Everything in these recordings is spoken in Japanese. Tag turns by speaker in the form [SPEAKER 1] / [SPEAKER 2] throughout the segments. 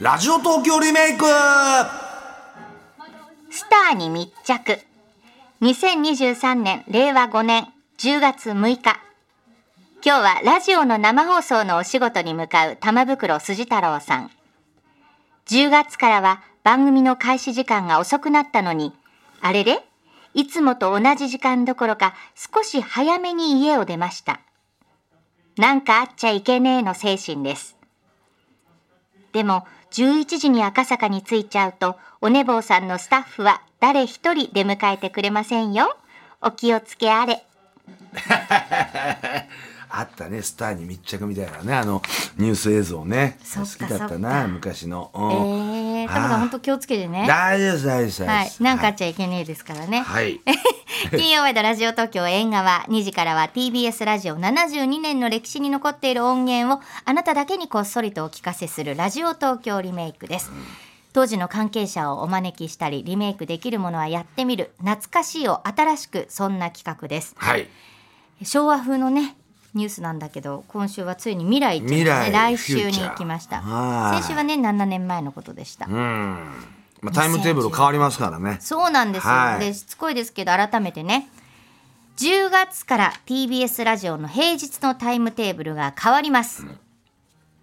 [SPEAKER 1] ラジオ東京リメイク
[SPEAKER 2] スターに密着。2023年令和5年10月6日。今日はラジオの生放送のお仕事に向かう玉袋筋太郎さん。10月からは番組の開始時間が遅くなったのに、あれれいつもと同じ時間どころか少し早めに家を出ました。なんかあっちゃいけねえの精神です。でも、11時に赤坂に着いちゃうと、お寝坊さんのスタッフは誰一人出迎えてくれませんよ。お気をつけあれ。
[SPEAKER 1] あったね、スターに密着みたいなね、あの、ニュース映像ね。
[SPEAKER 3] そ
[SPEAKER 1] 好
[SPEAKER 3] っか
[SPEAKER 1] きだった
[SPEAKER 3] そっ
[SPEAKER 1] な、
[SPEAKER 3] か
[SPEAKER 1] 昔の。
[SPEAKER 3] え
[SPEAKER 1] うん
[SPEAKER 3] ー、タムさん本当気をつけてね。
[SPEAKER 1] 大丈夫です、大丈夫です。大丈夫
[SPEAKER 3] は
[SPEAKER 1] で
[SPEAKER 3] い、
[SPEAKER 1] す
[SPEAKER 3] なんかあっちゃいけねえですからね。
[SPEAKER 1] はい。
[SPEAKER 3] 金曜ワイドラジオ東京縁側2時からは TBS ラジオ72年の歴史に残っている音源をあなただけにこっそりとお聞かせするラジオ東京リメイクです。当時の関係者をお招きしたりリメイクできるものはやってみる懐かしいを新しくそんな企画です
[SPEAKER 1] はい。
[SPEAKER 3] 昭和風のねニュースなんだけど今週はついに未来っていうのがね
[SPEAKER 1] 未来
[SPEAKER 3] 来週に行きました
[SPEAKER 1] フューチャーはい
[SPEAKER 3] 先週はね7年前のことでした、
[SPEAKER 1] うん。まあ、タイムテーブル変わりますからね。
[SPEAKER 3] そうなんですよ、
[SPEAKER 1] はい
[SPEAKER 3] でしつこいですけど改めてね10月から TBS ラジオの平日のタイムテーブルが変わります、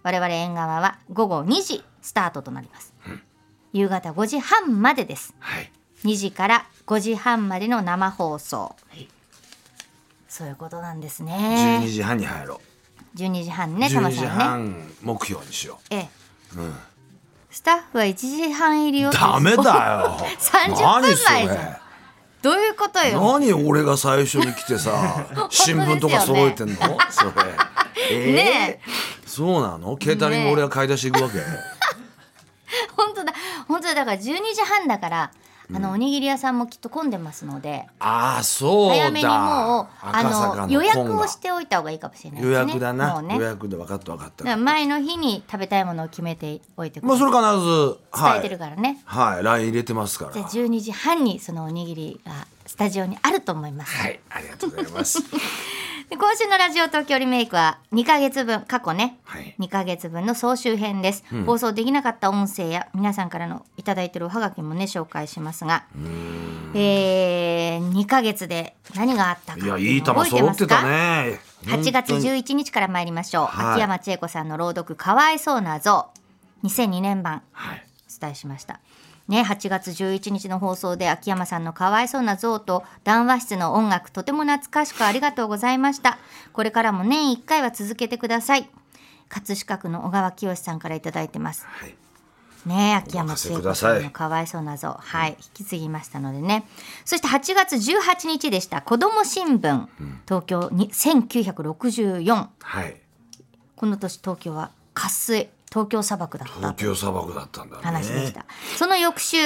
[SPEAKER 3] 我々縁側は午後2時スタートとなります、夕方5時半までです
[SPEAKER 1] はい。
[SPEAKER 3] 2時から5時半までの生放送、そういうことなんです
[SPEAKER 1] 12
[SPEAKER 3] ね
[SPEAKER 1] 時半に入ろう。
[SPEAKER 3] 12時半ね玉
[SPEAKER 1] 12時
[SPEAKER 3] さんね
[SPEAKER 1] 半目標にしよう。
[SPEAKER 3] ええ、スタッフは1時半入りを。
[SPEAKER 1] ダメだよ
[SPEAKER 3] 30
[SPEAKER 1] 何
[SPEAKER 3] 分
[SPEAKER 1] そ
[SPEAKER 3] 前
[SPEAKER 1] れ
[SPEAKER 3] じゃんどういうことよ
[SPEAKER 1] 何俺が最初に来て さ新聞とか揃えてんの、それえー
[SPEAKER 3] ね
[SPEAKER 1] そうなのケータリング俺が買い出し行くわけ、
[SPEAKER 3] 本当だ本当だだから12時半だからあのおにぎり屋さんもきっと混んでますので、
[SPEAKER 1] ああそうだ
[SPEAKER 3] 早めにもう
[SPEAKER 1] 赤坂
[SPEAKER 3] あの
[SPEAKER 1] の
[SPEAKER 3] 予約
[SPEAKER 1] 本が
[SPEAKER 3] をしておいた方がいいかもしれないです
[SPEAKER 1] 予
[SPEAKER 3] ね。
[SPEAKER 1] 約だな、
[SPEAKER 3] もうね。
[SPEAKER 1] 予
[SPEAKER 3] だか
[SPEAKER 1] 約で分かった分かった
[SPEAKER 3] ら前の日に食べたいものを決めておいてく
[SPEAKER 1] ま
[SPEAKER 3] だ
[SPEAKER 1] あ
[SPEAKER 3] さ
[SPEAKER 1] そ
[SPEAKER 3] い
[SPEAKER 1] れ必ず
[SPEAKER 3] 伝
[SPEAKER 1] は
[SPEAKER 3] えてる
[SPEAKER 1] い、
[SPEAKER 3] からね。
[SPEAKER 1] はい、LINE 入れてますから
[SPEAKER 3] じゃあ12時半にそのおにぎりがスタジオにあると思います。
[SPEAKER 1] はいありがとうござい ます
[SPEAKER 3] で今週のラジオ東京リメイクは2ヶ月分過去ね、
[SPEAKER 1] はい
[SPEAKER 3] 2ヶ月分の総集編です、放送できなかった音声や皆さんからのいただいてるおはがきもね紹介しますが、えー、2ヶ月で何があったか
[SPEAKER 1] いやいい球
[SPEAKER 3] 覚えて
[SPEAKER 1] 揃
[SPEAKER 3] ま
[SPEAKER 1] って
[SPEAKER 3] すか
[SPEAKER 1] たね
[SPEAKER 3] 8月
[SPEAKER 1] 本当に
[SPEAKER 3] 11日から参りましょう、
[SPEAKER 1] はい
[SPEAKER 3] 秋山千恵子さんの朗読「かわいそうな像」2002年版
[SPEAKER 1] はい
[SPEAKER 3] お伝えしました。ね、8月11日の放送で秋山さんのかわいそうな像と談話室の音楽とても懐かしくありがとうございましたこれからも年1回は続けてください葛飾区の小川清さんからいただいてます
[SPEAKER 1] はい
[SPEAKER 3] ね秋
[SPEAKER 1] お
[SPEAKER 3] 山
[SPEAKER 1] 任せ
[SPEAKER 3] 聖
[SPEAKER 1] くだ
[SPEAKER 3] 子
[SPEAKER 1] さ
[SPEAKER 3] さ
[SPEAKER 1] い
[SPEAKER 3] んのかわいそうな像はい引き継ぎましたのでねそして8月18日でした子ども新聞東京に1964
[SPEAKER 1] はい
[SPEAKER 3] この年東京は渇水東京砂漠だった
[SPEAKER 1] 東京砂漠だったんだね
[SPEAKER 3] 話でした、その翌週、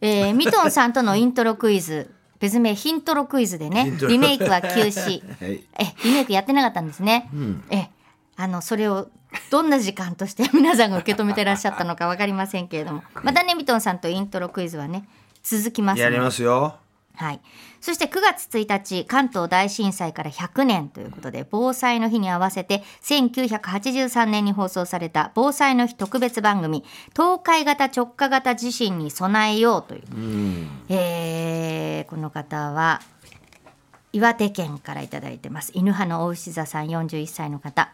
[SPEAKER 3] えー ミトンさんとのイントロクイズ別名ヒントロクイズでね
[SPEAKER 1] ントロ
[SPEAKER 3] リメイクは休止
[SPEAKER 1] はい
[SPEAKER 3] えリメイクやってなかったんですね、えあのそれをどんな時間として 皆さんが受け止めてらっしゃったのか分かりませんけれどもまたねミトンさんとイントロクイズはね続きますの
[SPEAKER 1] や
[SPEAKER 3] で
[SPEAKER 1] りますよ
[SPEAKER 3] はい、そして9月1日関東大震災から100年ということで防災の日に合わせて1983年に放送された防災の日特別番組「東海型直下型地震に備えよう」という、えーこの方は岩手県からいただいてます犬派の大牛座さん41歳の方。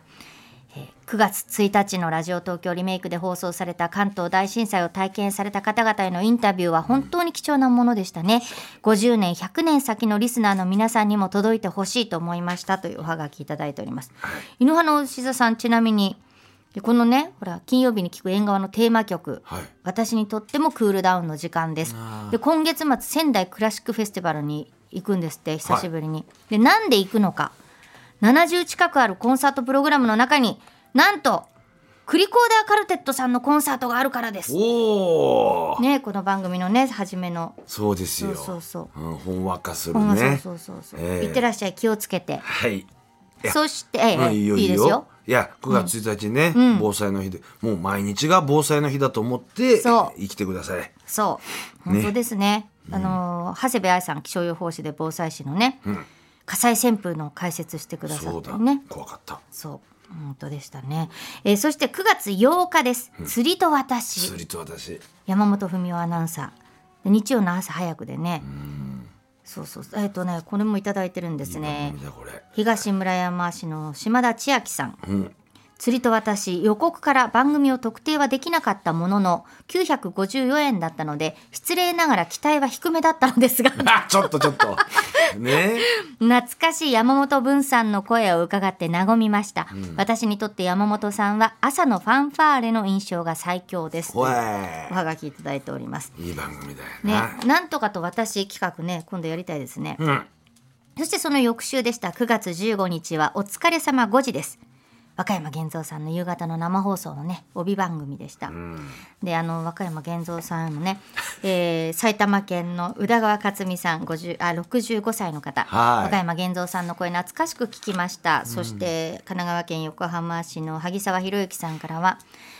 [SPEAKER 3] 9月1日のラジオ東京リメイクで放送された関東大震災を体験された方々へのインタビューは本当に貴重なものでしたね50年100年先のリスナーの皆さんにも届いてほしいと思いましたというおはがきいただいております犬派の牛座さんちなみにこのねほら金曜日に聞く縁側のテーマ曲、
[SPEAKER 1] はい
[SPEAKER 3] 私にとってもクールダウンの時間ですで今月末仙台クラシックフェスティバルに行くんですって久しぶりに、でなんで行くのか70近くあるコンサートプログラムの中になんとクリコーダーカルテットさんのコンサートがあるからです
[SPEAKER 1] おお、
[SPEAKER 3] ねこの番組のね初めの
[SPEAKER 1] そうですよ、
[SPEAKER 3] そうそう
[SPEAKER 1] ん、ほんわかする
[SPEAKER 3] ほんま
[SPEAKER 1] ね
[SPEAKER 3] そうそうそうそう、
[SPEAKER 1] ええ
[SPEAKER 3] いってらっしゃい気をつけて
[SPEAKER 1] はいいや
[SPEAKER 3] そして、ええ
[SPEAKER 1] うんいいよいいよ
[SPEAKER 3] ですよ
[SPEAKER 1] いや9月1日ね、防災の日でもう毎日が防災の日だと思って生
[SPEAKER 3] そう
[SPEAKER 1] きてください
[SPEAKER 3] そう
[SPEAKER 1] ね
[SPEAKER 3] 本当ですねあのー長谷部愛さん気象予報士で防災士のね、火災旋風の解説してくださ
[SPEAKER 1] そ
[SPEAKER 3] っ
[SPEAKER 1] う
[SPEAKER 3] て
[SPEAKER 1] だ
[SPEAKER 3] ね
[SPEAKER 1] 怖かった
[SPEAKER 3] そう本当でしたね、えーそして9月8日です釣りと私、
[SPEAKER 1] 釣りと私
[SPEAKER 3] 山本文雄アナウンサーで日曜の朝早くでねそうそうえっ、とねこれもいただいてるんですね
[SPEAKER 1] 見たこれ
[SPEAKER 3] 東村山市の島田千秋さん、釣りと私予告から番組を特定はできなかったものの954円だったので失礼ながら期待は低めだったのですが
[SPEAKER 1] あちょっとちょっ とね
[SPEAKER 3] 懐かしい山本文さんの声を伺って和みました、私にとって山本さんは朝のファンファーレの印象が最強です
[SPEAKER 1] ほえ
[SPEAKER 3] おはがきいただいております
[SPEAKER 1] いい番組だよ
[SPEAKER 3] ね
[SPEAKER 1] な、、
[SPEAKER 3] なんとかと私企画ね今度やりたいですね、
[SPEAKER 1] ん
[SPEAKER 3] そしてその翌週でした9月15日は「お疲れ様5時」です和歌山源三さんの夕方の生放送のね帯番組でした、であの和歌山源三さんのね、 えー埼玉県の宇田川克美さん50あ65歳の方、
[SPEAKER 1] はい
[SPEAKER 3] 和歌山源三さんの声懐かしく聞きました、そして神奈川県横浜市の萩沢博之さんからは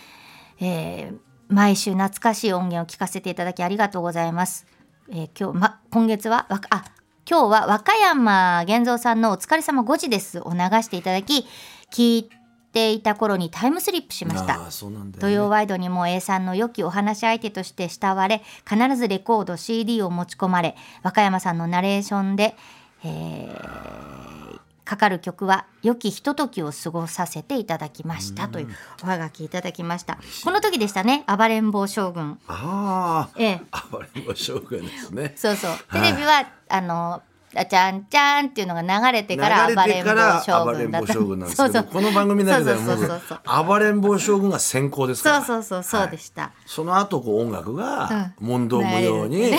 [SPEAKER 3] 「えー毎週懐かしい音源を聞かせていただきありがとうございます。えー今日、ま、今月はわかあ今日は和歌山源三さんの「お疲れ様5時です」を流していただき聞いていた頃にタイムスリップしました
[SPEAKER 1] あ。あそうなんだ
[SPEAKER 3] 土
[SPEAKER 1] よ、
[SPEAKER 3] 曜
[SPEAKER 1] ね、
[SPEAKER 3] ワイドにも A さんの良きお話し相手として慕われ必ずレコード CD を持ち込まれ和歌山さんのナレーションで、えーかかる曲は良きひとときを過ごさせていただきましたというおはがきいただきましたこの時でしたね暴れん坊将軍
[SPEAKER 1] ああ
[SPEAKER 3] ええ
[SPEAKER 1] 暴れん坊将軍ですね
[SPEAKER 3] そうそうテレビは、あのあちゃんちゃんっていうのが流れてから暴れん坊将軍だった
[SPEAKER 1] 暴れん坊将軍なんですけ どこの番組だけではも
[SPEAKER 3] そうそう
[SPEAKER 1] う
[SPEAKER 3] そう
[SPEAKER 1] 暴れん坊将軍が先行ですから
[SPEAKER 3] そうそうそうそう でした、
[SPEAKER 1] その後こう音楽が
[SPEAKER 3] うん
[SPEAKER 1] 問答無用に流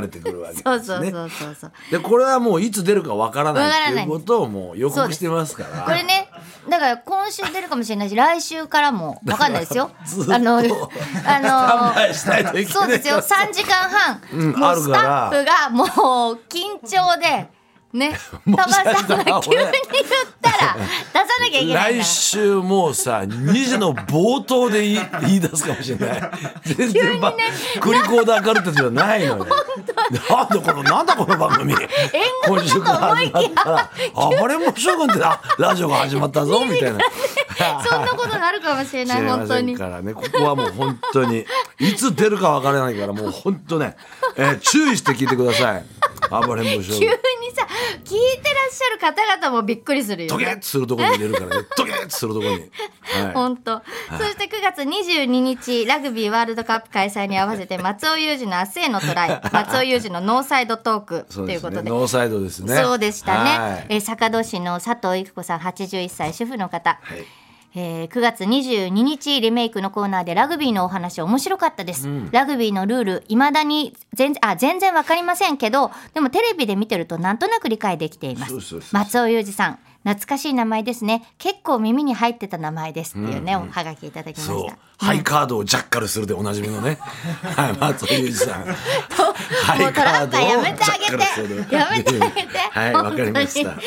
[SPEAKER 1] れてくるわけ
[SPEAKER 3] そ
[SPEAKER 1] で
[SPEAKER 3] うそ
[SPEAKER 1] す
[SPEAKER 3] う
[SPEAKER 1] ね
[SPEAKER 3] そうそうそう
[SPEAKER 1] でこれはもういつ出るかわから
[SPEAKER 3] わから
[SPEAKER 1] な
[SPEAKER 3] ないい
[SPEAKER 1] っていうことをもう予
[SPEAKER 3] そう
[SPEAKER 1] 告
[SPEAKER 3] です
[SPEAKER 1] してますから
[SPEAKER 3] これねだから今週出るかもしれないし来週からも分かんないですよ
[SPEAKER 1] ずっ。と
[SPEAKER 3] あのあ
[SPEAKER 1] 販
[SPEAKER 3] の
[SPEAKER 1] 売しないといけな
[SPEAKER 3] そ
[SPEAKER 1] いう
[SPEAKER 3] ですよ3時間半、
[SPEAKER 1] ん
[SPEAKER 3] も
[SPEAKER 1] あ
[SPEAKER 3] う
[SPEAKER 1] る
[SPEAKER 3] ス
[SPEAKER 1] か
[SPEAKER 3] タ
[SPEAKER 1] ら
[SPEAKER 3] ッフがもう緊張で。ね、
[SPEAKER 1] もし
[SPEAKER 3] タ
[SPEAKER 1] か
[SPEAKER 3] マ
[SPEAKER 1] したら
[SPEAKER 3] さんが急に言ったら出さなきゃいけないんだ
[SPEAKER 1] 来週もうさ2時の冒頭で言い 言い出すかもしれない全然ば、クリコーダーカルテットじゃないのよなんだこのなんだこの番組今週から始まったら暴れん坊将軍ってあラジオが始まったぞみたいな
[SPEAKER 3] からそんなことになるかもし れ
[SPEAKER 1] 知
[SPEAKER 3] な
[SPEAKER 1] れ
[SPEAKER 3] い
[SPEAKER 1] ま
[SPEAKER 3] 本当
[SPEAKER 1] せん
[SPEAKER 3] に
[SPEAKER 1] からねここはもう本当にいつ出るかわからないからもう本当ね、えー注意して聞いてください暴れん坊将
[SPEAKER 3] 急に
[SPEAKER 1] 軍
[SPEAKER 3] さ聞いてらっしゃる方々もびっくりするよ
[SPEAKER 1] ド
[SPEAKER 3] ね
[SPEAKER 1] ゲッとするところに入れるからねドゲッとするとこ ろに、は
[SPEAKER 3] 本当。そして9月22日ラグビーワールドカップ開催に合わせて松尾裕二の明日へのト ライ松尾裕二のノーサイドトーク
[SPEAKER 1] い、そう
[SPEAKER 3] とい
[SPEAKER 1] で
[SPEAKER 3] う
[SPEAKER 1] す
[SPEAKER 3] こ
[SPEAKER 1] ね
[SPEAKER 3] とで。
[SPEAKER 1] ノーサイドですね
[SPEAKER 3] そうでした
[SPEAKER 1] は
[SPEAKER 3] ね
[SPEAKER 1] い、
[SPEAKER 3] えー坂戸市の佐藤育子さん81歳主婦の方、
[SPEAKER 1] はい
[SPEAKER 3] えー9月22日リメイクのコーナーでラグビーのお話面白かったです、ラグビーのルールいまだに全然あ全然わかりませんけどでもテレビで見てるとなんとなく理解できています
[SPEAKER 1] そうそうそう
[SPEAKER 3] 松尾裕二さん懐かしい名前ですね結構耳に入ってた名前ですっていうね、おはがきいただきま
[SPEAKER 1] そ
[SPEAKER 3] し
[SPEAKER 1] う
[SPEAKER 3] た、
[SPEAKER 1] ハイカードをジャッカルするでおなじみのね、はい、松尾裕二さん。
[SPEAKER 3] も
[SPEAKER 1] ハ
[SPEAKER 3] うトランプはやめてあげてやめてあげて
[SPEAKER 1] はい、わかりました
[SPEAKER 3] 本。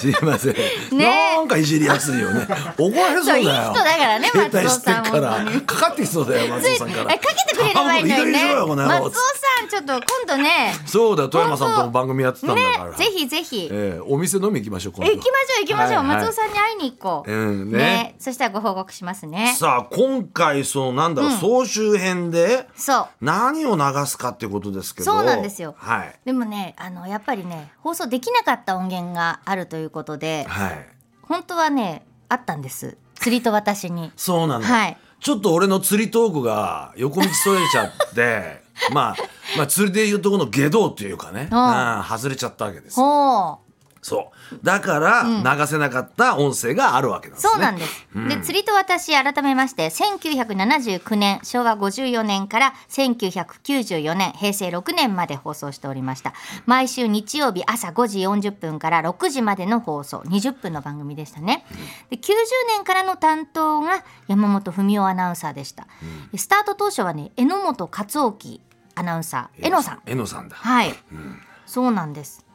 [SPEAKER 1] すいません。
[SPEAKER 3] ねえ
[SPEAKER 1] なんかいじりやすいよね。怒られそうだよ。
[SPEAKER 3] そういい人だからね
[SPEAKER 1] 携帯
[SPEAKER 3] 松尾さん
[SPEAKER 1] してっか
[SPEAKER 3] 本当
[SPEAKER 1] ら、かかってきそうだよ、松尾さんから。
[SPEAKER 3] えかけてくれればいい
[SPEAKER 1] 頼
[SPEAKER 3] のにね
[SPEAKER 1] むいい加減にしろよこの野
[SPEAKER 3] 松
[SPEAKER 1] 郎
[SPEAKER 3] 尾さんちょっと今度ね
[SPEAKER 1] そうだよ、富山さんとも番組やってたんだ
[SPEAKER 3] ね
[SPEAKER 1] から。
[SPEAKER 3] ぜひぜひ、
[SPEAKER 1] ええお店飲み行きましょう、今
[SPEAKER 3] え行きましょう行きましょ
[SPEAKER 1] は
[SPEAKER 3] う、
[SPEAKER 1] いはい
[SPEAKER 3] 松尾さんに会いに行こう、
[SPEAKER 1] うんね
[SPEAKER 3] そしたらご報告しますね
[SPEAKER 1] さあ、今回、その、なんだろう、総集編で、
[SPEAKER 3] そう
[SPEAKER 1] 何を流すかってことですけど。
[SPEAKER 3] そうなんですよ
[SPEAKER 1] はい。
[SPEAKER 3] でもねあのやっぱりね放送できなかった音源があるということで
[SPEAKER 1] はい。
[SPEAKER 3] 本当はねあったんです釣りと私に
[SPEAKER 1] そうなんだ、
[SPEAKER 3] はい
[SPEAKER 1] ちょっと俺の釣りトークが横道それちゃって まあまあ釣りでいうとこの下道っていうかね、
[SPEAKER 3] うん
[SPEAKER 1] うん外れちゃったわけです
[SPEAKER 3] ほう
[SPEAKER 1] そうだから流せなかった音声があるわけなんですね、
[SPEAKER 3] そうなんです。で、釣りと私、改めまして、1979年、昭和54年から1994年、平成6年まで放送しておりました。毎週日曜日朝5時40分から6時までの放送、20分の番組でしたね。で、90年からの担当が山本文夫アナウンサーでした。スタート当初はね、榎本勝興アナウンサー、榎さん。
[SPEAKER 1] えのさんだ
[SPEAKER 3] はい。そうなんです。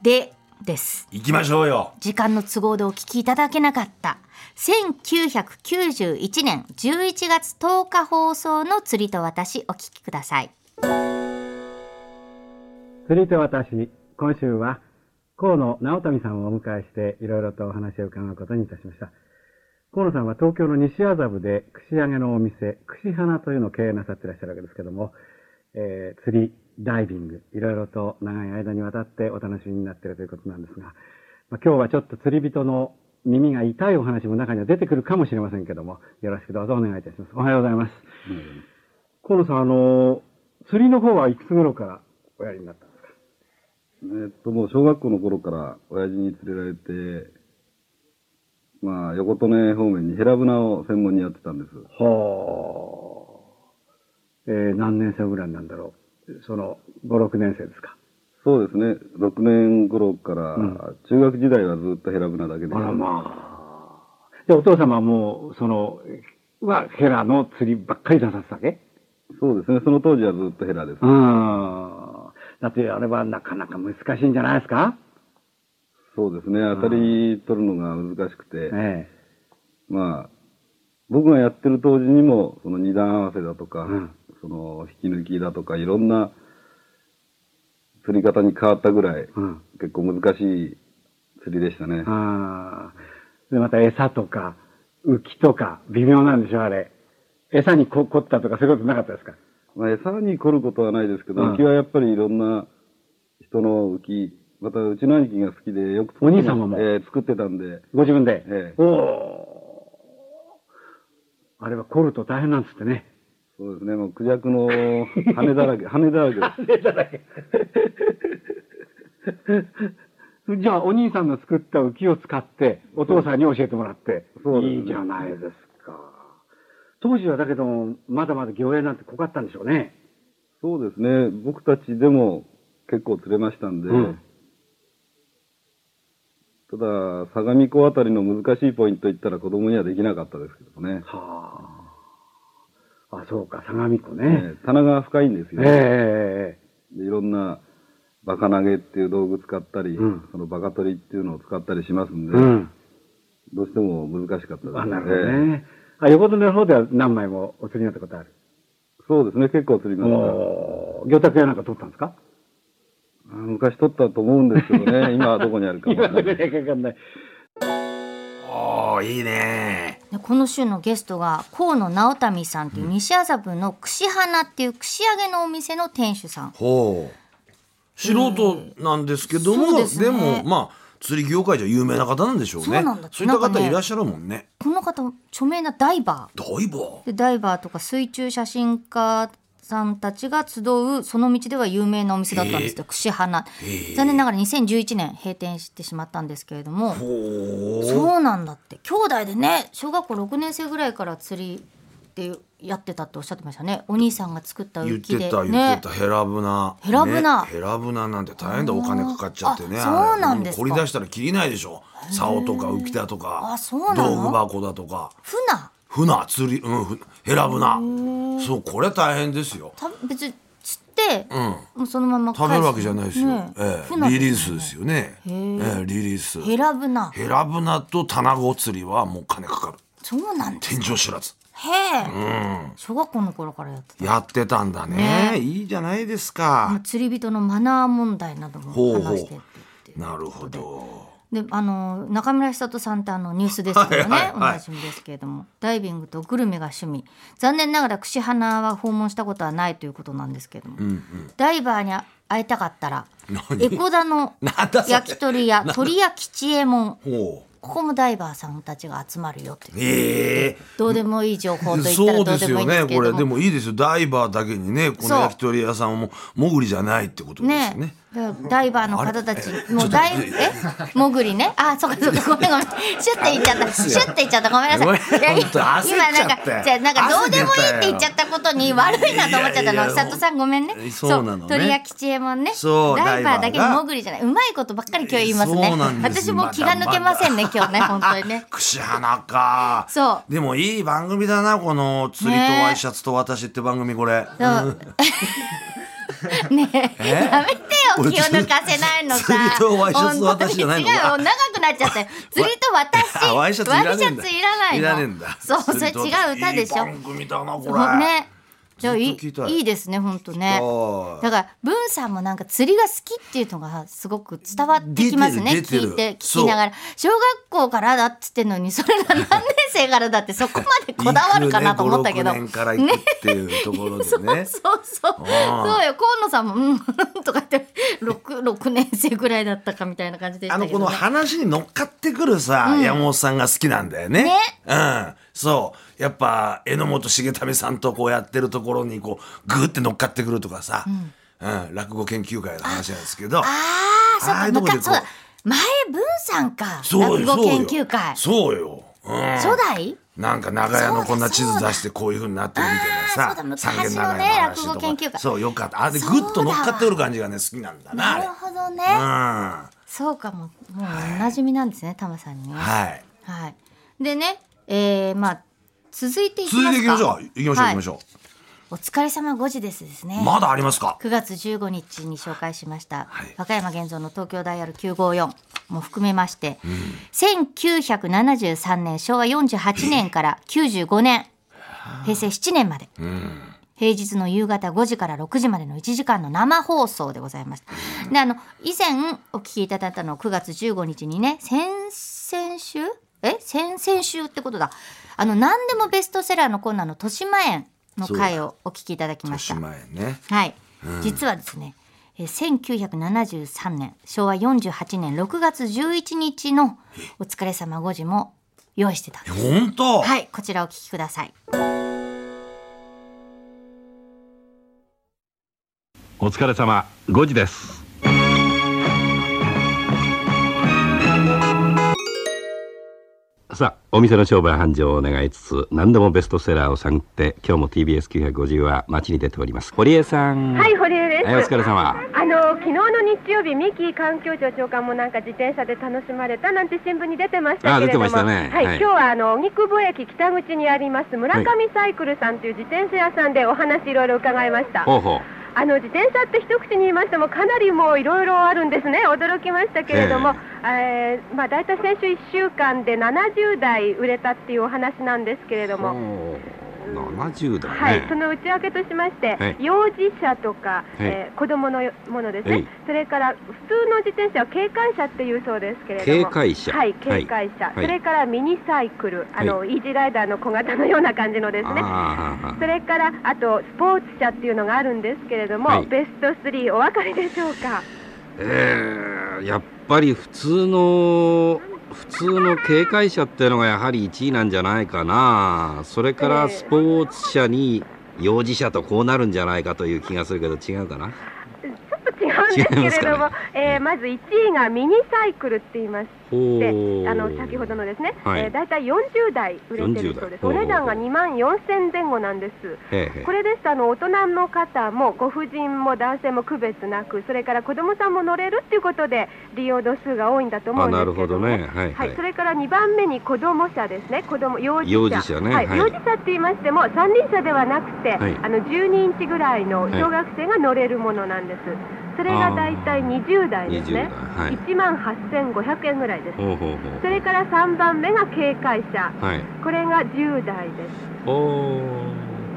[SPEAKER 3] で、です。
[SPEAKER 1] 行きましょうよ
[SPEAKER 3] 時間の都合でお聞きいただけなかった1991年11月10日放送の釣りと私お聞きください
[SPEAKER 4] 釣り手私、今週は、河野直民さんをお迎えして、いろいろとお話を伺うことにいたしました。河野さんは東京の西麻布で串揚げのお店、串花というのを経営なさってらっしゃるわけですけども、えー釣り、ダイビング、いろいろと長い間にわたってお楽しみになっているということなんですが、まあ、今日はちょっと釣り人の耳が痛いお話も中には出てくるかもしれませんけども、よろしくどうぞお願いいたします。おはようございます。河野さん、あの、釣りの方はいくつ頃からおやりになったんですか
[SPEAKER 5] えっと、もう小学校の頃から親父に連れられて、まあ、横利根方面にヘラブナを専門にやってたんです。
[SPEAKER 4] ほう。えー何年生ぐらいなんだろう。その、5、6年生ですか。
[SPEAKER 5] そうですね、6年頃から、
[SPEAKER 4] うん
[SPEAKER 5] 中学時代はずっとヘラブナだけでした。
[SPEAKER 4] あらまあ。で、お父様はもう、その、は、ヘラの釣りばっかり出させたわけ
[SPEAKER 5] そうですね、その当時はずっとヘラです。
[SPEAKER 4] うん。だって、あれはなかなか難しいんじゃないですか
[SPEAKER 5] そうですね、当たり取るのが難しくて、
[SPEAKER 4] え
[SPEAKER 5] まあ、僕がやってる当時にも、その二段合わせだとか、
[SPEAKER 4] うん
[SPEAKER 5] その引き抜きだとか、いろんな釣り方に変わったぐらい、
[SPEAKER 4] うん
[SPEAKER 5] 結構難しい釣りでしたね
[SPEAKER 4] え。ああ。で、また餌とか、浮きとか、微妙なんでしょ、あれ。餌にこ凝ったとか、そういうことなかったですか
[SPEAKER 5] まあ、餌に凝ることはないですけど、
[SPEAKER 4] うん
[SPEAKER 5] 浮きはやっぱりいろんな人の浮き、またうちの兄貴が好きでよく作って
[SPEAKER 4] お兄様も
[SPEAKER 5] えー作ってたんで、
[SPEAKER 4] ご自分で。
[SPEAKER 5] ええ
[SPEAKER 4] おお。あれは凝ると大変なんですってね。
[SPEAKER 5] そうですね、もうクジャクの羽だらけ、羽だらけです。
[SPEAKER 4] じゃあ、お兄さんの作った浮きを使って、お父さんに教えてもらって。
[SPEAKER 5] そうです
[SPEAKER 4] い
[SPEAKER 5] ね
[SPEAKER 4] いじゃないですか。当時はだけども、まだまだ魚影なんて濃かったんでしょうね。
[SPEAKER 5] そうですね、僕たちでも結構釣れましたんで、
[SPEAKER 4] うん
[SPEAKER 5] ただ、相模湖あたりの難しいポイントといったら子供にはできなかったですけどね。
[SPEAKER 4] はあ。あ、そうか、相模湖ね。
[SPEAKER 5] えー棚が深いんです
[SPEAKER 4] え
[SPEAKER 5] よ、
[SPEAKER 4] ええ
[SPEAKER 5] でいろんなバカ投げっていう道具使ったり、
[SPEAKER 4] うん
[SPEAKER 5] そのバカ取りっていうのを使ったりしますん
[SPEAKER 4] え
[SPEAKER 5] で、
[SPEAKER 4] うん。
[SPEAKER 5] どうしても難しかったです
[SPEAKER 4] あ、なるほどね。あ、横手の方では何枚もお釣りになったことある。
[SPEAKER 5] ええそうですね、結構釣りました。
[SPEAKER 4] おー魚拓屋なんか取ったんですか
[SPEAKER 5] あ昔取ったと思うんですけどね、今はどこにあるか わ
[SPEAKER 4] 今
[SPEAKER 5] か
[SPEAKER 4] わ
[SPEAKER 5] ん
[SPEAKER 4] かな
[SPEAKER 5] なん。
[SPEAKER 4] いいわかんない。
[SPEAKER 1] おーいいね
[SPEAKER 3] でこの週のゲストが河野直民さんという西麻布の串花っていう串揚げのお店の店主さん
[SPEAKER 1] ほう素人なんですけど
[SPEAKER 3] うんそう
[SPEAKER 1] も、
[SPEAKER 3] ですね
[SPEAKER 1] でもまあ釣り業界じゃ有名な方なんでしょうね
[SPEAKER 3] そうなんだ
[SPEAKER 1] いった
[SPEAKER 3] なんか
[SPEAKER 1] 方
[SPEAKER 3] ね
[SPEAKER 1] いらっしゃるもんね
[SPEAKER 3] この方著名なダイバ
[SPEAKER 1] どういぼ
[SPEAKER 3] ーでダイバーとか水中写真家さんたちが集うその道では有名なお店だったんですって串花残念ながら2011年閉店してしまったんですけれどもそうなんだって兄弟でね小学校6年生ぐらいから釣りってやってたっておっしゃってましたねお兄さんが作った
[SPEAKER 1] 言
[SPEAKER 3] 浮
[SPEAKER 1] っ
[SPEAKER 3] きで
[SPEAKER 1] てた言
[SPEAKER 3] ね
[SPEAKER 1] ってた、ヘラブナ
[SPEAKER 3] ヘラブナ
[SPEAKER 1] ねヘラブナなんて大変だお金かかっちゃってね
[SPEAKER 3] あ
[SPEAKER 1] あれ
[SPEAKER 3] そうなんですか
[SPEAKER 1] 掘り出したら切りないでしょ竿とか浮きだとか
[SPEAKER 3] あそうな
[SPEAKER 1] 道
[SPEAKER 3] の
[SPEAKER 1] 具箱だとか
[SPEAKER 3] 船
[SPEAKER 1] 船釣りうんふヘラブナそうこれ大変ですよ
[SPEAKER 3] た別に釣って、
[SPEAKER 1] うん
[SPEAKER 3] もうそのまま
[SPEAKER 1] 食べるわけじゃないですよ、
[SPEAKER 3] ね
[SPEAKER 1] ええ
[SPEAKER 3] 船
[SPEAKER 1] リリースですよね、ええリリース
[SPEAKER 3] ヘラブナ
[SPEAKER 1] ヘラブナとタナゴ釣りはもう金かかる
[SPEAKER 3] そうなんだ
[SPEAKER 1] 天井知らず
[SPEAKER 3] へえ、小学校の頃からやってた
[SPEAKER 1] やってたんだね
[SPEAKER 3] ね
[SPEAKER 1] いいじゃないです
[SPEAKER 3] もう
[SPEAKER 1] か
[SPEAKER 3] 釣り人のマナー問題なども
[SPEAKER 1] ほうほう
[SPEAKER 3] 話してって言って
[SPEAKER 1] なるほど
[SPEAKER 3] であの中村久人さんってあのニュースですけど
[SPEAKER 1] はい
[SPEAKER 3] ね、
[SPEAKER 1] はいはい
[SPEAKER 3] おなじみですけれどもダイビングとグルメが趣味残念ながら串花は訪問したことはないということなんですけれども、ダイバーに会いたかったら
[SPEAKER 1] 何
[SPEAKER 3] エコダの
[SPEAKER 1] なんだそれ
[SPEAKER 3] 焼き鳥屋鳥屋吉右衛門
[SPEAKER 1] ほう
[SPEAKER 3] ここもダイバーさんたちが集まるよっていう
[SPEAKER 1] ええ
[SPEAKER 3] どうでもいい情報と言った
[SPEAKER 1] そ
[SPEAKER 3] ら
[SPEAKER 1] う
[SPEAKER 3] ど
[SPEAKER 1] で
[SPEAKER 3] うですもい
[SPEAKER 1] よ
[SPEAKER 3] いんです
[SPEAKER 1] ね
[SPEAKER 3] けれ
[SPEAKER 1] こ
[SPEAKER 3] ど
[SPEAKER 1] れ
[SPEAKER 3] も
[SPEAKER 1] でもいいですよダイバーだけにねこの
[SPEAKER 3] そう
[SPEAKER 1] 焼き鳥屋さんも潜りじゃないってことですよね
[SPEAKER 3] ねだからダイバーの方たち、もうダイ、え、潜りね、あ、そうか、そうか、ごめん、ごめん、シュッて言っちゃった、シュッて言っちゃった、ごめんな
[SPEAKER 1] ごめん
[SPEAKER 3] さい。いやいや
[SPEAKER 1] 本当焦っちゃ
[SPEAKER 3] 今
[SPEAKER 1] って
[SPEAKER 3] なんか、じゃあ、なんか、どうでもいいって言っちゃったことに、悪いなと思っちゃった
[SPEAKER 1] いやいやい
[SPEAKER 3] の、
[SPEAKER 1] や
[SPEAKER 3] 佐藤さん、ごめんね。
[SPEAKER 1] そうなのね
[SPEAKER 3] 鳥屋吉右衛門ね。
[SPEAKER 1] そう
[SPEAKER 3] ダイバーだけ
[SPEAKER 1] ダイバーが
[SPEAKER 3] 潜りじゃない、うまいことばっかり今日言いますね
[SPEAKER 1] そうなん。です
[SPEAKER 3] 私もう気が抜けませんね、今日ね、本当にね。
[SPEAKER 1] 串花か
[SPEAKER 3] そう
[SPEAKER 1] でもいい番組だなこの「釣りとワイシャツと私」って番組これ、
[SPEAKER 3] そう。ねえ、
[SPEAKER 1] え
[SPEAKER 3] やめてよ、
[SPEAKER 1] 俺
[SPEAKER 3] 気を抜かせないのさ。
[SPEAKER 1] 釣りとワイシャツと私じゃないの
[SPEAKER 3] 本当に違うよ、長くなっちゃったよ。釣りと私。
[SPEAKER 1] あ ワイシャツいらねえんだ
[SPEAKER 3] ワイシャツいらないの。
[SPEAKER 1] いらねえんだ
[SPEAKER 3] そう、それ違う歌でし
[SPEAKER 1] いい
[SPEAKER 3] ょ。
[SPEAKER 1] 番組だなこ
[SPEAKER 3] ほ
[SPEAKER 1] れ
[SPEAKER 3] ね。じゃあいい
[SPEAKER 1] ずっと聞いたい
[SPEAKER 3] いいですね本当ね
[SPEAKER 1] はい
[SPEAKER 3] だから文さんもなんか釣りが好きっていうのがすごく伝わってきますね
[SPEAKER 1] 出てる
[SPEAKER 3] 聞
[SPEAKER 1] 出
[SPEAKER 3] い
[SPEAKER 1] てる
[SPEAKER 3] て聞きながら小学校からだっつってんのにそれが何年生からだってそこまでこだわるかなと思ったけど。
[SPEAKER 1] 行くね5 6年から行くっていうところでね
[SPEAKER 3] そうそうそう
[SPEAKER 1] ああ
[SPEAKER 3] よ河野さんも「うん」 とかって六六年生ぐらいだったかみたいな感じでした
[SPEAKER 1] あ
[SPEAKER 3] けど、
[SPEAKER 1] のこ
[SPEAKER 3] ね、
[SPEAKER 1] の話に乗っかってくるさ、山本さんが好きなんだよね。
[SPEAKER 3] ね
[SPEAKER 1] うん、そうやっぱ榎本重民さんとこうやってるところにこうグーって乗っかってくるとかさ、うん落語研究会の話なんですけど
[SPEAKER 3] ああそう
[SPEAKER 1] ああい
[SPEAKER 3] か
[SPEAKER 1] うとこでこう
[SPEAKER 3] 昔そうだ前文さんか
[SPEAKER 1] そう
[SPEAKER 3] 落
[SPEAKER 1] よ
[SPEAKER 3] 語
[SPEAKER 1] そう
[SPEAKER 3] 研
[SPEAKER 1] よ
[SPEAKER 3] 究会
[SPEAKER 1] そうよ、うん、
[SPEAKER 3] 初代
[SPEAKER 1] なんか長屋のこんな地図出してこういうふうになってるみた
[SPEAKER 3] あーそうだ
[SPEAKER 1] いなさ
[SPEAKER 3] 昔の
[SPEAKER 1] 三軒長
[SPEAKER 3] ね
[SPEAKER 1] 屋の話とか
[SPEAKER 3] 落語研究会
[SPEAKER 1] そうよかったあでグ
[SPEAKER 3] そうだ
[SPEAKER 1] ッと乗っかってくる感じがね好きなんだな
[SPEAKER 3] な
[SPEAKER 1] あれ
[SPEAKER 3] るほどね、
[SPEAKER 1] うん
[SPEAKER 3] そうかももうおなじみなんですねタマさんにねは
[SPEAKER 1] はい
[SPEAKER 3] い、でねえー、まあ続いていきます
[SPEAKER 1] 続
[SPEAKER 3] か
[SPEAKER 1] いていきましょう行きましょう行きまし
[SPEAKER 3] ょ
[SPEAKER 1] ょ
[SPEAKER 3] う、お疲れ様5時ですですね
[SPEAKER 1] うまだありますか
[SPEAKER 3] 9月15日に紹介しました、
[SPEAKER 1] はい
[SPEAKER 3] 和歌山現存の東京ダイヤル954も含めまして、1973年昭和48年から95年平成7年まで、平日の夕方5時から6時までの1時間の生放送でございました。であの以前お聞きいただいたの9月15日にね先々週え先々週ってことだあの何でもベストセラーのコーナーの「豊島園」の回をお聞きいただきま
[SPEAKER 1] お
[SPEAKER 3] し。
[SPEAKER 1] したまいね
[SPEAKER 3] はい、実はですね、えー1973年昭和48年6月11日の「お疲れ様5時」も用意してたんです
[SPEAKER 1] 本当、
[SPEAKER 3] はいこちらお聞きください
[SPEAKER 6] お疲れ様5時ですさあお店の商売繁盛を願いつつ何でもベストセラーを探って今日も TBS950 は街に出ております堀江さん
[SPEAKER 7] はい、堀江です。
[SPEAKER 6] はいお疲れ様
[SPEAKER 7] あの昨日の日曜日、三木環境庁長官もなんか自転車で楽しまれたなんて新聞に出てました
[SPEAKER 6] あ
[SPEAKER 7] け
[SPEAKER 6] 出て
[SPEAKER 7] れども、
[SPEAKER 6] ましたね
[SPEAKER 7] はい、
[SPEAKER 6] はい
[SPEAKER 7] 今日はあの荻窪駅北口にあります村上
[SPEAKER 6] はい
[SPEAKER 7] サイクルさんという自転車屋さんでお話いろいろ伺いました。
[SPEAKER 6] ほうほう
[SPEAKER 7] あの自転車って一口に言いましてもかなりもういろいろあるんですね。驚きましたけれども、えーまあだいたい先週一週間で70台売れたっていうお話なんですけれども。
[SPEAKER 6] そう70だね、
[SPEAKER 7] はい、その内訳としまして、
[SPEAKER 6] はい
[SPEAKER 7] 幼児車とか、
[SPEAKER 6] はい
[SPEAKER 7] えー子供のよものです
[SPEAKER 6] は
[SPEAKER 7] ね
[SPEAKER 6] い、
[SPEAKER 7] それから普通の自転車は警戒車っていうそうですけれど
[SPEAKER 6] 警
[SPEAKER 7] も、
[SPEAKER 6] 戒車
[SPEAKER 7] はい、警戒車、
[SPEAKER 6] はい
[SPEAKER 7] それからミニサイクル、あの、イージーライダーの小型のような感じのですね。
[SPEAKER 6] あ
[SPEAKER 7] それからあとスポーツ車っていうのがあるんですけれども、
[SPEAKER 6] はい
[SPEAKER 7] ベスト3お分かりでしょうか
[SPEAKER 6] ーえー、やっぱり普通の普通の警戒車っていうのがやはり1位なんじゃないかなそれからスポーツ車に幼児車とこうなるんじゃないかという気がするけど違うかな
[SPEAKER 7] ちょっと違うんですけ
[SPEAKER 6] 違い
[SPEAKER 7] れど
[SPEAKER 6] ま
[SPEAKER 7] も
[SPEAKER 6] すかね
[SPEAKER 7] えーまず1位がミニサイクルって言いまして
[SPEAKER 6] ほ
[SPEAKER 7] で
[SPEAKER 6] う
[SPEAKER 7] あの先ほどのですね、
[SPEAKER 6] はい
[SPEAKER 7] えー大体40台売れてるそうです、
[SPEAKER 6] 40
[SPEAKER 7] お
[SPEAKER 6] 台
[SPEAKER 7] 値段が
[SPEAKER 6] ほう
[SPEAKER 7] 2万4000前後なんです、
[SPEAKER 6] へえへえ
[SPEAKER 7] これですとあの大人の方もご婦人も男性も区別なく、それから子供さんも乗れるっていうことで、利用度数が多いんだと思
[SPEAKER 6] あ
[SPEAKER 7] うんで
[SPEAKER 6] な
[SPEAKER 7] す
[SPEAKER 6] る
[SPEAKER 7] け
[SPEAKER 6] ほど
[SPEAKER 7] ども
[SPEAKER 6] ねはいは、
[SPEAKER 7] はいい、それから2番目に子ども車ですね、子供幼児車
[SPEAKER 6] 幼児車ね
[SPEAKER 7] はい
[SPEAKER 6] はい
[SPEAKER 7] 幼児車って言いましても、三輪車ではなく
[SPEAKER 6] は
[SPEAKER 7] て、
[SPEAKER 6] い
[SPEAKER 7] あの12インチぐらいの小学生が乗れるものなんです、それが大体20台です
[SPEAKER 6] 20
[SPEAKER 7] ね
[SPEAKER 6] 代、はい
[SPEAKER 7] 1万8500円ぐらいです。
[SPEAKER 6] ほうほうほう
[SPEAKER 7] それから3番目が警戒車、
[SPEAKER 6] はい
[SPEAKER 7] これが10台です。
[SPEAKER 6] お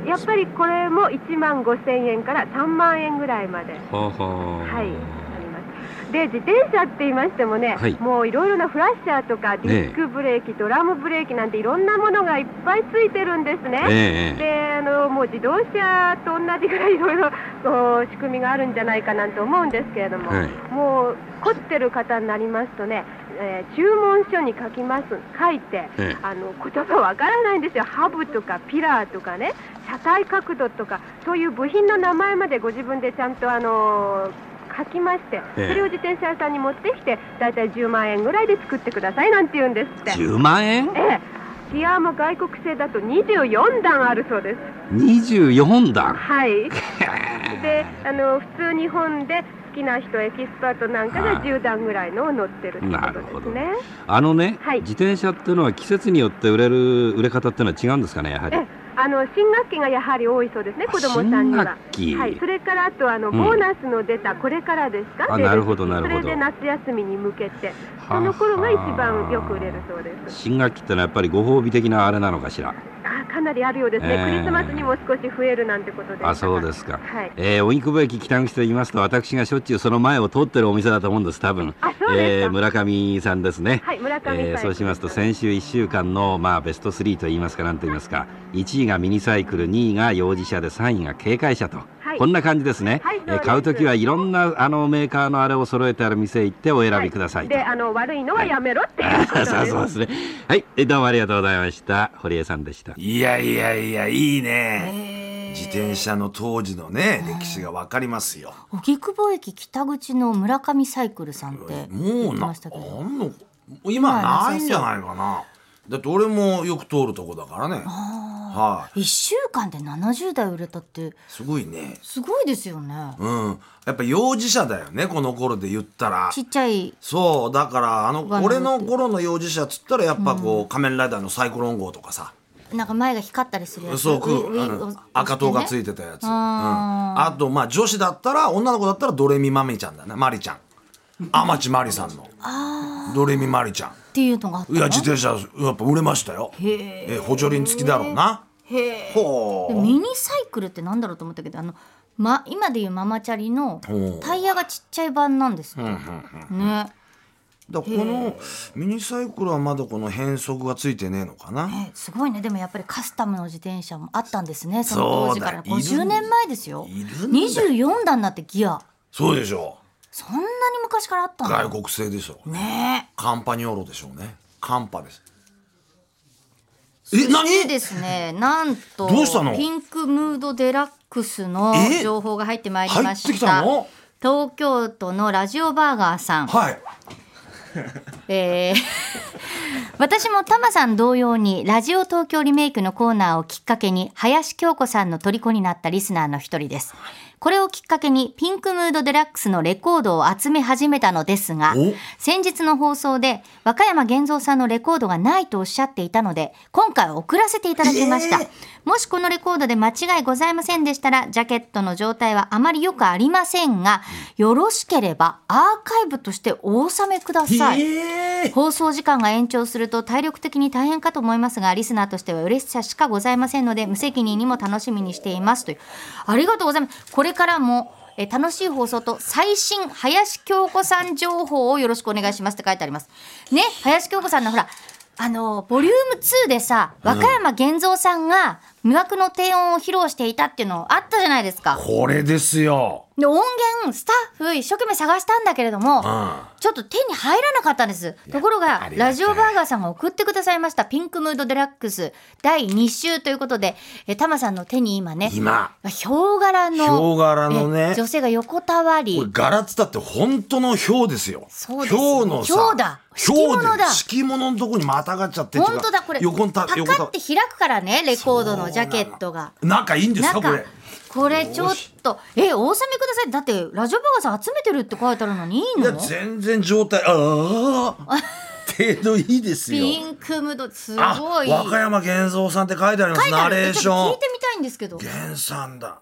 [SPEAKER 7] やっぱりこれも1万5千円から3万円ぐらいまで、
[SPEAKER 6] はは
[SPEAKER 7] はい、あります。で、自転車って言いましてもね、
[SPEAKER 6] はい
[SPEAKER 7] もういろいろなフラッシャーとか、デ
[SPEAKER 6] え
[SPEAKER 7] ィスクブレーキ、ドラムブレーキなんていろんなものがいっぱいついてるんですね。
[SPEAKER 6] ええええ
[SPEAKER 7] であのもう自動車と同じぐらいいろいろこう仕組みがあるんじゃないかなんて思うんですけれども、
[SPEAKER 6] はい
[SPEAKER 7] もう凝ってる方になりますとね、えー注文書に書きます書いて、
[SPEAKER 6] ええ
[SPEAKER 7] あの言葉わからないんですよハブとかピラーとかね車体角度とかそういう部品の名前までご自分でちゃんとあの書きまして、
[SPEAKER 6] ええ
[SPEAKER 7] それを自転車屋さんに持ってきて大体10万円ぐらいで作ってくださいなんて言うんですって
[SPEAKER 6] 10万円
[SPEAKER 7] ええ、ギアも外国製だと24段あるそうです。
[SPEAKER 6] 24段
[SPEAKER 7] はい。 で、あの普通日本で好きな人エキスパートなんか
[SPEAKER 6] は
[SPEAKER 7] が
[SPEAKER 6] い
[SPEAKER 7] 10段ぐらいのを乗ってるって
[SPEAKER 6] なる
[SPEAKER 7] こ
[SPEAKER 6] ほど
[SPEAKER 7] とですね。
[SPEAKER 6] あのね、
[SPEAKER 7] はい
[SPEAKER 6] 自転車っていうのは季節によって売れる売れ方っていうのは違うんですかねやはり
[SPEAKER 7] ええあの新学期がやはり多いそうですね、
[SPEAKER 6] あ
[SPEAKER 7] 子供さんに
[SPEAKER 6] 新
[SPEAKER 7] は。
[SPEAKER 6] 学期
[SPEAKER 7] はい、それからあとあの、
[SPEAKER 6] うん
[SPEAKER 7] ボーナスの出たこれからですか、
[SPEAKER 6] あ
[SPEAKER 7] 出る
[SPEAKER 6] なるほどなるほど
[SPEAKER 7] それで夏休みに向けて、その頃が一番よく売れるそうです。
[SPEAKER 6] 新学期ってのはやっぱりご褒美的なあれなのかしら
[SPEAKER 7] あかなりあるようですね、
[SPEAKER 6] ええ
[SPEAKER 7] クリスマスにも少し増えるなんてことで
[SPEAKER 6] あそうですか、
[SPEAKER 7] はい
[SPEAKER 6] えー、荻窪駅北口と言いますと私がしょっちゅうその前を通ってるお店だと思うんです多分
[SPEAKER 7] あそうですか
[SPEAKER 6] えー村上さんですね
[SPEAKER 7] はい村上さん
[SPEAKER 6] えーそうしますと先週1週間の、まあ、ベスト3と言いますかなんと言いますか1位がミニサイクル2位が幼児車で3位が軽快車と、
[SPEAKER 7] はい
[SPEAKER 6] こんな感じですね、
[SPEAKER 7] はいそう
[SPEAKER 6] え
[SPEAKER 7] です
[SPEAKER 6] ー買う時はいろんなあのメーカーのあれを揃えてある店へ行ってお選びくださいと、
[SPEAKER 7] であの悪いのはやめろっていうこと
[SPEAKER 6] あ
[SPEAKER 7] で
[SPEAKER 6] ー
[SPEAKER 7] す、
[SPEAKER 6] そうそうですねはいえーどうもありがとうございました堀江さんでした
[SPEAKER 1] いやいやいや、いいね。自転車の当時のね、歴史がわかりますよ。
[SPEAKER 3] 荻窪駅北口の村上サイクルさんって
[SPEAKER 1] も
[SPEAKER 3] 言っ
[SPEAKER 1] う
[SPEAKER 3] て
[SPEAKER 1] な、あ
[SPEAKER 3] ましたけど
[SPEAKER 1] んの、今ないんじゃないかな。だって俺もよく通るとこだからね。はい、
[SPEAKER 3] 1週間で70台売れたって
[SPEAKER 1] すごいね。
[SPEAKER 3] すごいですよね
[SPEAKER 1] うん。やっぱ幼児車だよね、この頃で言ったら。
[SPEAKER 3] ちっちゃい
[SPEAKER 1] そう、だから、あの、
[SPEAKER 3] わな
[SPEAKER 1] 俺の頃の幼児車っつったら、やっぱこう、仮面ライダーのサイコロン号とかさ。
[SPEAKER 3] なんか前が光ったりするやつ
[SPEAKER 1] そうく
[SPEAKER 3] ウィ
[SPEAKER 1] あ
[SPEAKER 3] ウィ
[SPEAKER 1] の
[SPEAKER 3] 押
[SPEAKER 1] 赤
[SPEAKER 3] して
[SPEAKER 1] 党
[SPEAKER 3] ね
[SPEAKER 1] がついてたやつ、うん、
[SPEAKER 3] あー
[SPEAKER 1] あとまあ女子だったら女の子だったらドレミマミちゃんだなマリちゃん天地マリさんのドレミマリちゃん
[SPEAKER 3] っていうのがあった
[SPEAKER 1] い
[SPEAKER 3] の
[SPEAKER 1] や自転車やっぱ売れましたよえ補助輪付きだろうなほ
[SPEAKER 3] で
[SPEAKER 1] う
[SPEAKER 3] ミニサイクルってなんだろうと思ったけどあの、ま、今でいうママチャリの
[SPEAKER 1] うん
[SPEAKER 3] タイヤがちっちゃい版なんですってね
[SPEAKER 1] だからこのミニサイクルはまだこの変速がついてねえのかな
[SPEAKER 3] えすごいねでもやっぱりカスタムの自転車もあったんですねそ
[SPEAKER 1] そう
[SPEAKER 3] の
[SPEAKER 1] だ
[SPEAKER 3] 当時から
[SPEAKER 1] いるん
[SPEAKER 3] 50年前ですよ
[SPEAKER 1] いるんだ
[SPEAKER 3] 24段だってギア
[SPEAKER 1] そうでしょ
[SPEAKER 3] そんなに昔からあった
[SPEAKER 1] うん外
[SPEAKER 3] だ
[SPEAKER 1] 国製でしょうね
[SPEAKER 3] ねえ
[SPEAKER 1] カンパニョーロでしょうねカンパですえ何
[SPEAKER 3] でですねなんと
[SPEAKER 1] どうしたの
[SPEAKER 3] ピンクムードデラックスの
[SPEAKER 1] え
[SPEAKER 3] 情報が入ってまいりまし
[SPEAKER 1] 入ってきたの
[SPEAKER 3] 東京都のラジオバーガーさん
[SPEAKER 1] はい
[SPEAKER 3] えー 私もタマさん同様にラジオ東京リメイクのコーナーをきっかけに林京子さんの虜になったリスナーの一人ですこれをきっかけにピンクムードデラックスのレコードを集め始めたのですが
[SPEAKER 1] お
[SPEAKER 3] 先日の放送で若山源三さんのレコードがないとおっしゃっていたので今回送らせていただきました、もしこのレコードで間違いございませんでしたらジャケットの状態はあまりよくありませんがよろしければアーカイブとしてお納めください、
[SPEAKER 1] えー
[SPEAKER 3] 放送時間が延長すると体力的に大変かと思いますがリスナーとしては嬉しさしかございませんので無責任にも楽しみにしていますというありがとうございますこれからもえー楽しい放送と最新林京子さん情報をよろしくお願いしますって書いてありますね林京子さんのほらあのボリューム2でさ和歌山源三さんが魅惑の低音を披露していたっていうのあったじゃないですか
[SPEAKER 1] これですよ
[SPEAKER 3] で音源スタッフ一生懸命探したんだけれども、
[SPEAKER 1] うん
[SPEAKER 3] ちょっと手に入らなかったんですところ
[SPEAKER 1] あ
[SPEAKER 3] が
[SPEAKER 1] りがたい
[SPEAKER 3] ラジオバーガーさんが送ってくださいましたピンクムードデラックス第2週ということでえタマさんの手に今ね
[SPEAKER 1] 今
[SPEAKER 3] ヒョウ柄の
[SPEAKER 1] ヒョウ柄のね
[SPEAKER 3] え女性が横たわ
[SPEAKER 1] これ
[SPEAKER 3] り
[SPEAKER 1] 柄っつったって本当のヒョウですよ。
[SPEAKER 3] そうです
[SPEAKER 1] ヒョウのさ。
[SPEAKER 3] ヒョウだ
[SPEAKER 1] ヒョウ
[SPEAKER 3] 敷物
[SPEAKER 1] で
[SPEAKER 3] だ
[SPEAKER 1] 敷物のとこにまたがっちゃってっていうか
[SPEAKER 3] 本当だこれ
[SPEAKER 1] 横にた
[SPEAKER 3] パカ
[SPEAKER 1] 横た
[SPEAKER 3] って開くからねレコードのジャケットが。
[SPEAKER 1] 仲いいんです
[SPEAKER 3] な
[SPEAKER 1] か
[SPEAKER 3] ん
[SPEAKER 1] こ
[SPEAKER 3] か
[SPEAKER 1] れ。
[SPEAKER 3] これちょっとえお納めくださいだってラジオバーガーさん集めてるって書いてあるのにいい
[SPEAKER 1] いや
[SPEAKER 3] の
[SPEAKER 1] 全然状態ああ程度いいです よ。
[SPEAKER 3] ピンクムードす
[SPEAKER 1] あ
[SPEAKER 3] ごい
[SPEAKER 1] 和歌山源三さんって書いてあります。ナレーシ
[SPEAKER 3] ちょっと聞
[SPEAKER 1] ョン
[SPEAKER 3] いて。みたいんですけど
[SPEAKER 1] 源さんだ。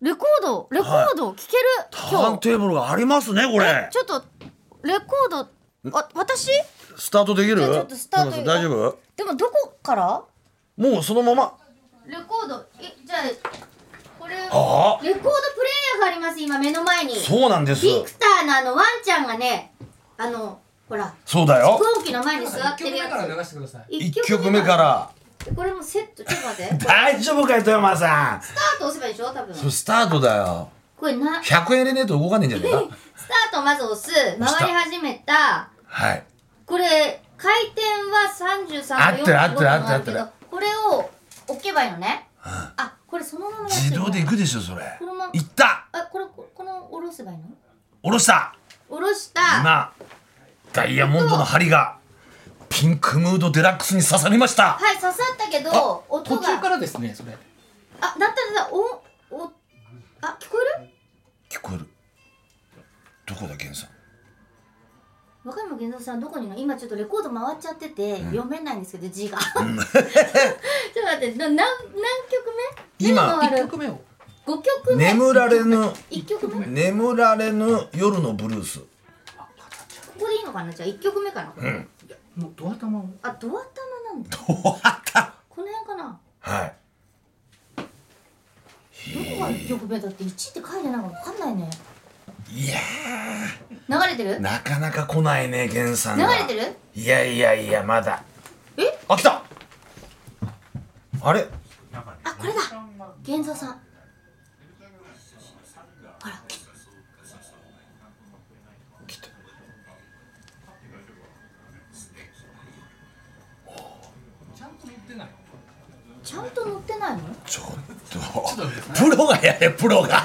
[SPEAKER 3] レコードレコード聞ける、
[SPEAKER 1] タ
[SPEAKER 3] 今
[SPEAKER 1] ーン
[SPEAKER 3] 日
[SPEAKER 1] テーブルがありますねこれ
[SPEAKER 3] ち。ょっとレコードあ私
[SPEAKER 1] スタートできる？
[SPEAKER 3] じゃあちょっとスタート
[SPEAKER 1] 田村さん大丈夫？
[SPEAKER 3] でもどこから
[SPEAKER 1] もうそのまま。
[SPEAKER 3] レコードえじゃあこれレコー
[SPEAKER 1] ああ
[SPEAKER 3] ドプレイヤーがあります今目の前にビ
[SPEAKER 1] そうなんです。
[SPEAKER 3] クターのあのワンちゃんがねあのほら
[SPEAKER 1] そうだよ
[SPEAKER 3] 飛。行機の前に座ってるやつ
[SPEAKER 1] 一
[SPEAKER 3] 一
[SPEAKER 1] 曲目から。
[SPEAKER 3] これもセットちょっと待ってス
[SPEAKER 1] 大丈夫かい富山さん。
[SPEAKER 3] タート押せばいいでしょ多分
[SPEAKER 1] そうスタートだよ。
[SPEAKER 3] これなス
[SPEAKER 1] 100円入れねえと動かねえんじゃねえか
[SPEAKER 3] タートまず押す
[SPEAKER 1] 押した
[SPEAKER 3] 回り始めた
[SPEAKER 1] はい
[SPEAKER 3] これ回転は33
[SPEAKER 1] 合ってる合ってる合ってる合ってる
[SPEAKER 3] これを置けばいいのね、あこれそのままやって
[SPEAKER 1] 自
[SPEAKER 3] る
[SPEAKER 1] 動で行くでしょそれ
[SPEAKER 3] このまま
[SPEAKER 1] 行った
[SPEAKER 3] あこれここの下ろせばいいの
[SPEAKER 1] 下ろした
[SPEAKER 3] 下ろした
[SPEAKER 1] 今ダイヤモンドの針がピンクムードデラックスに刺さりました
[SPEAKER 3] はい刺さったけど音が
[SPEAKER 8] 途中からですねそれ
[SPEAKER 3] あだったらだおおあ聞こえる
[SPEAKER 1] 聞こえるどこだ源さん
[SPEAKER 3] 若山源三さんどこにいるの今ちょっとレコード回っちゃってて、読めないんですけど字が ちょっと待ってな何何曲目
[SPEAKER 1] 今
[SPEAKER 8] 1曲目を
[SPEAKER 3] 5曲目
[SPEAKER 1] 眠られぬ
[SPEAKER 3] 1曲目こ
[SPEAKER 1] 眠られぬ夜のブルース
[SPEAKER 3] こでいいのかなじゃあ1曲目かな、
[SPEAKER 8] もうドア玉を
[SPEAKER 3] あドア玉なんだ
[SPEAKER 1] 終わった
[SPEAKER 3] この辺かな曲目だって1位って書いてないから分かんないね
[SPEAKER 1] いや
[SPEAKER 3] 流れてる
[SPEAKER 1] ーなかなか来ないね源さん
[SPEAKER 3] 流
[SPEAKER 1] が
[SPEAKER 3] れてる
[SPEAKER 1] いやいやいやまだ
[SPEAKER 3] え
[SPEAKER 1] あ来たあれ
[SPEAKER 3] あこれだ源蔵さんほら
[SPEAKER 1] 来た
[SPEAKER 3] ちゃんと載ってないの
[SPEAKER 1] ちょっとプロがやれプロ が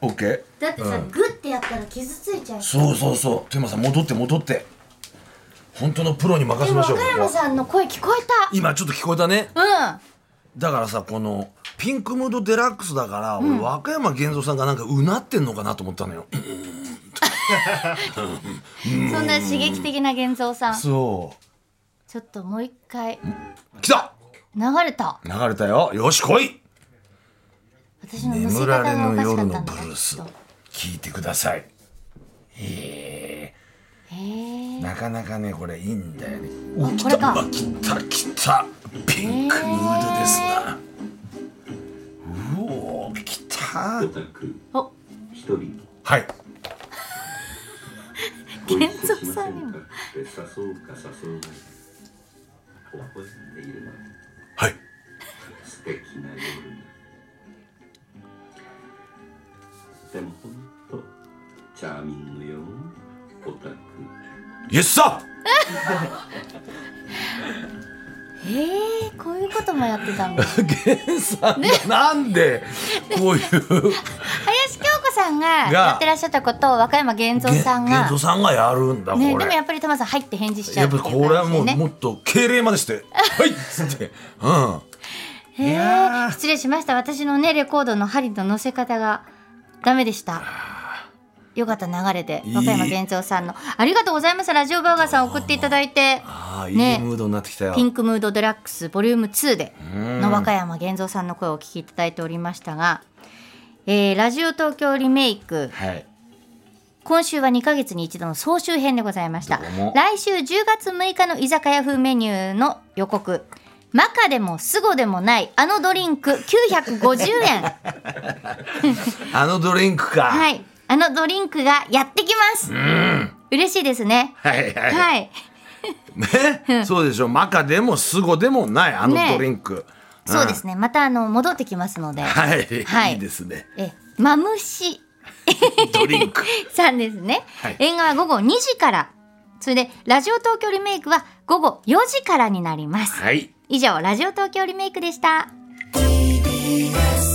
[SPEAKER 1] オッケー
[SPEAKER 3] だってさ、グッてやったら傷ついちゃう
[SPEAKER 1] そうそうそう富山さん戻って戻って本当のプロに任
[SPEAKER 3] で
[SPEAKER 1] せ
[SPEAKER 3] も
[SPEAKER 1] ましょう
[SPEAKER 3] 若山
[SPEAKER 1] ここは
[SPEAKER 3] さんの声聞こえ
[SPEAKER 1] 今ちょっと聞こえたね
[SPEAKER 3] たうん
[SPEAKER 1] だからさこのピンクムードデラックスだから、俺和歌山源三さんがなんかうなってんのかなと思ったのよ
[SPEAKER 3] そんな刺激的な現像さん。ち
[SPEAKER 1] そ
[SPEAKER 3] ょっともう一回
[SPEAKER 1] う来た
[SPEAKER 3] 流れた。
[SPEAKER 1] 流れたよよし来い
[SPEAKER 3] 私の乗せ
[SPEAKER 1] 眠
[SPEAKER 3] 方
[SPEAKER 1] られ
[SPEAKER 3] が
[SPEAKER 1] の
[SPEAKER 3] おかしか
[SPEAKER 1] 夜
[SPEAKER 3] った
[SPEAKER 1] の
[SPEAKER 3] ん
[SPEAKER 1] ブ
[SPEAKER 3] だ
[SPEAKER 1] ルース
[SPEAKER 3] きっと
[SPEAKER 1] 聞いてくださいへえなかなかねこれいいんだよねお来
[SPEAKER 3] これ
[SPEAKER 1] た
[SPEAKER 3] か
[SPEAKER 1] うわ来た来たピンクムードですなうおー来た
[SPEAKER 3] お
[SPEAKER 1] はい
[SPEAKER 3] 現像さんにも。
[SPEAKER 1] はい
[SPEAKER 8] でもほんとチャーミングよオタク
[SPEAKER 1] イエスさ
[SPEAKER 3] へえ、こういうこともや ってたんだ。
[SPEAKER 1] 源さんがなんでこういう
[SPEAKER 3] 林京子さんが
[SPEAKER 1] が
[SPEAKER 3] やってらっしゃったことを和歌山現像さんが
[SPEAKER 1] 源。三さんがやるんだこれ、
[SPEAKER 3] ね、でもやっぱり玉さん入って返事しちゃ
[SPEAKER 1] や
[SPEAKER 3] う
[SPEAKER 1] っ
[SPEAKER 3] っ
[SPEAKER 1] ぱ
[SPEAKER 3] て
[SPEAKER 1] り
[SPEAKER 3] いう
[SPEAKER 1] こ
[SPEAKER 3] 感
[SPEAKER 1] れはもう、
[SPEAKER 3] じでね
[SPEAKER 1] もっと敬礼までして「はい」っつってうん
[SPEAKER 3] へえ失礼しました私のねレコードの針の乗せ方がダメでしたよかった流れで
[SPEAKER 1] いい
[SPEAKER 3] 和歌山源蔵さんのありがとうございますラジオバーガーさん送っていただいて
[SPEAKER 1] ああいい
[SPEAKER 3] ね
[SPEAKER 1] ムードになってきたよ、
[SPEAKER 3] ピンクムードデラックスボリューム2で
[SPEAKER 1] うん
[SPEAKER 3] の和歌山源三さんの声をお聞きいただいておりましたが、えーラジオ東京リメイク
[SPEAKER 1] はい
[SPEAKER 3] 今週は2ヶ月に一度の総集編でございました
[SPEAKER 1] どうも
[SPEAKER 3] 来週10月6日の居酒屋風メニューの予告マカでもスゴでもないあのドリンク950円
[SPEAKER 1] あのドリンクか、
[SPEAKER 3] はいあのドリンクがやってきます嬉しいですね
[SPEAKER 1] はいはい
[SPEAKER 3] はい
[SPEAKER 1] ね、そうでしょマカでもスゴでもないあの
[SPEAKER 3] ね
[SPEAKER 1] ドリンク、ん
[SPEAKER 3] そうですねまたあの戻ってきますので、
[SPEAKER 1] はい、
[SPEAKER 3] はい
[SPEAKER 1] い、いですね
[SPEAKER 3] えマムシ
[SPEAKER 1] ドリンク
[SPEAKER 3] さんですね、
[SPEAKER 1] はい
[SPEAKER 3] 映画は午後2時からそれでラジオ東京リメイクは午後4時からになります、
[SPEAKER 1] はい
[SPEAKER 3] 以上ラジオ東京リメイクでした
[SPEAKER 9] TBS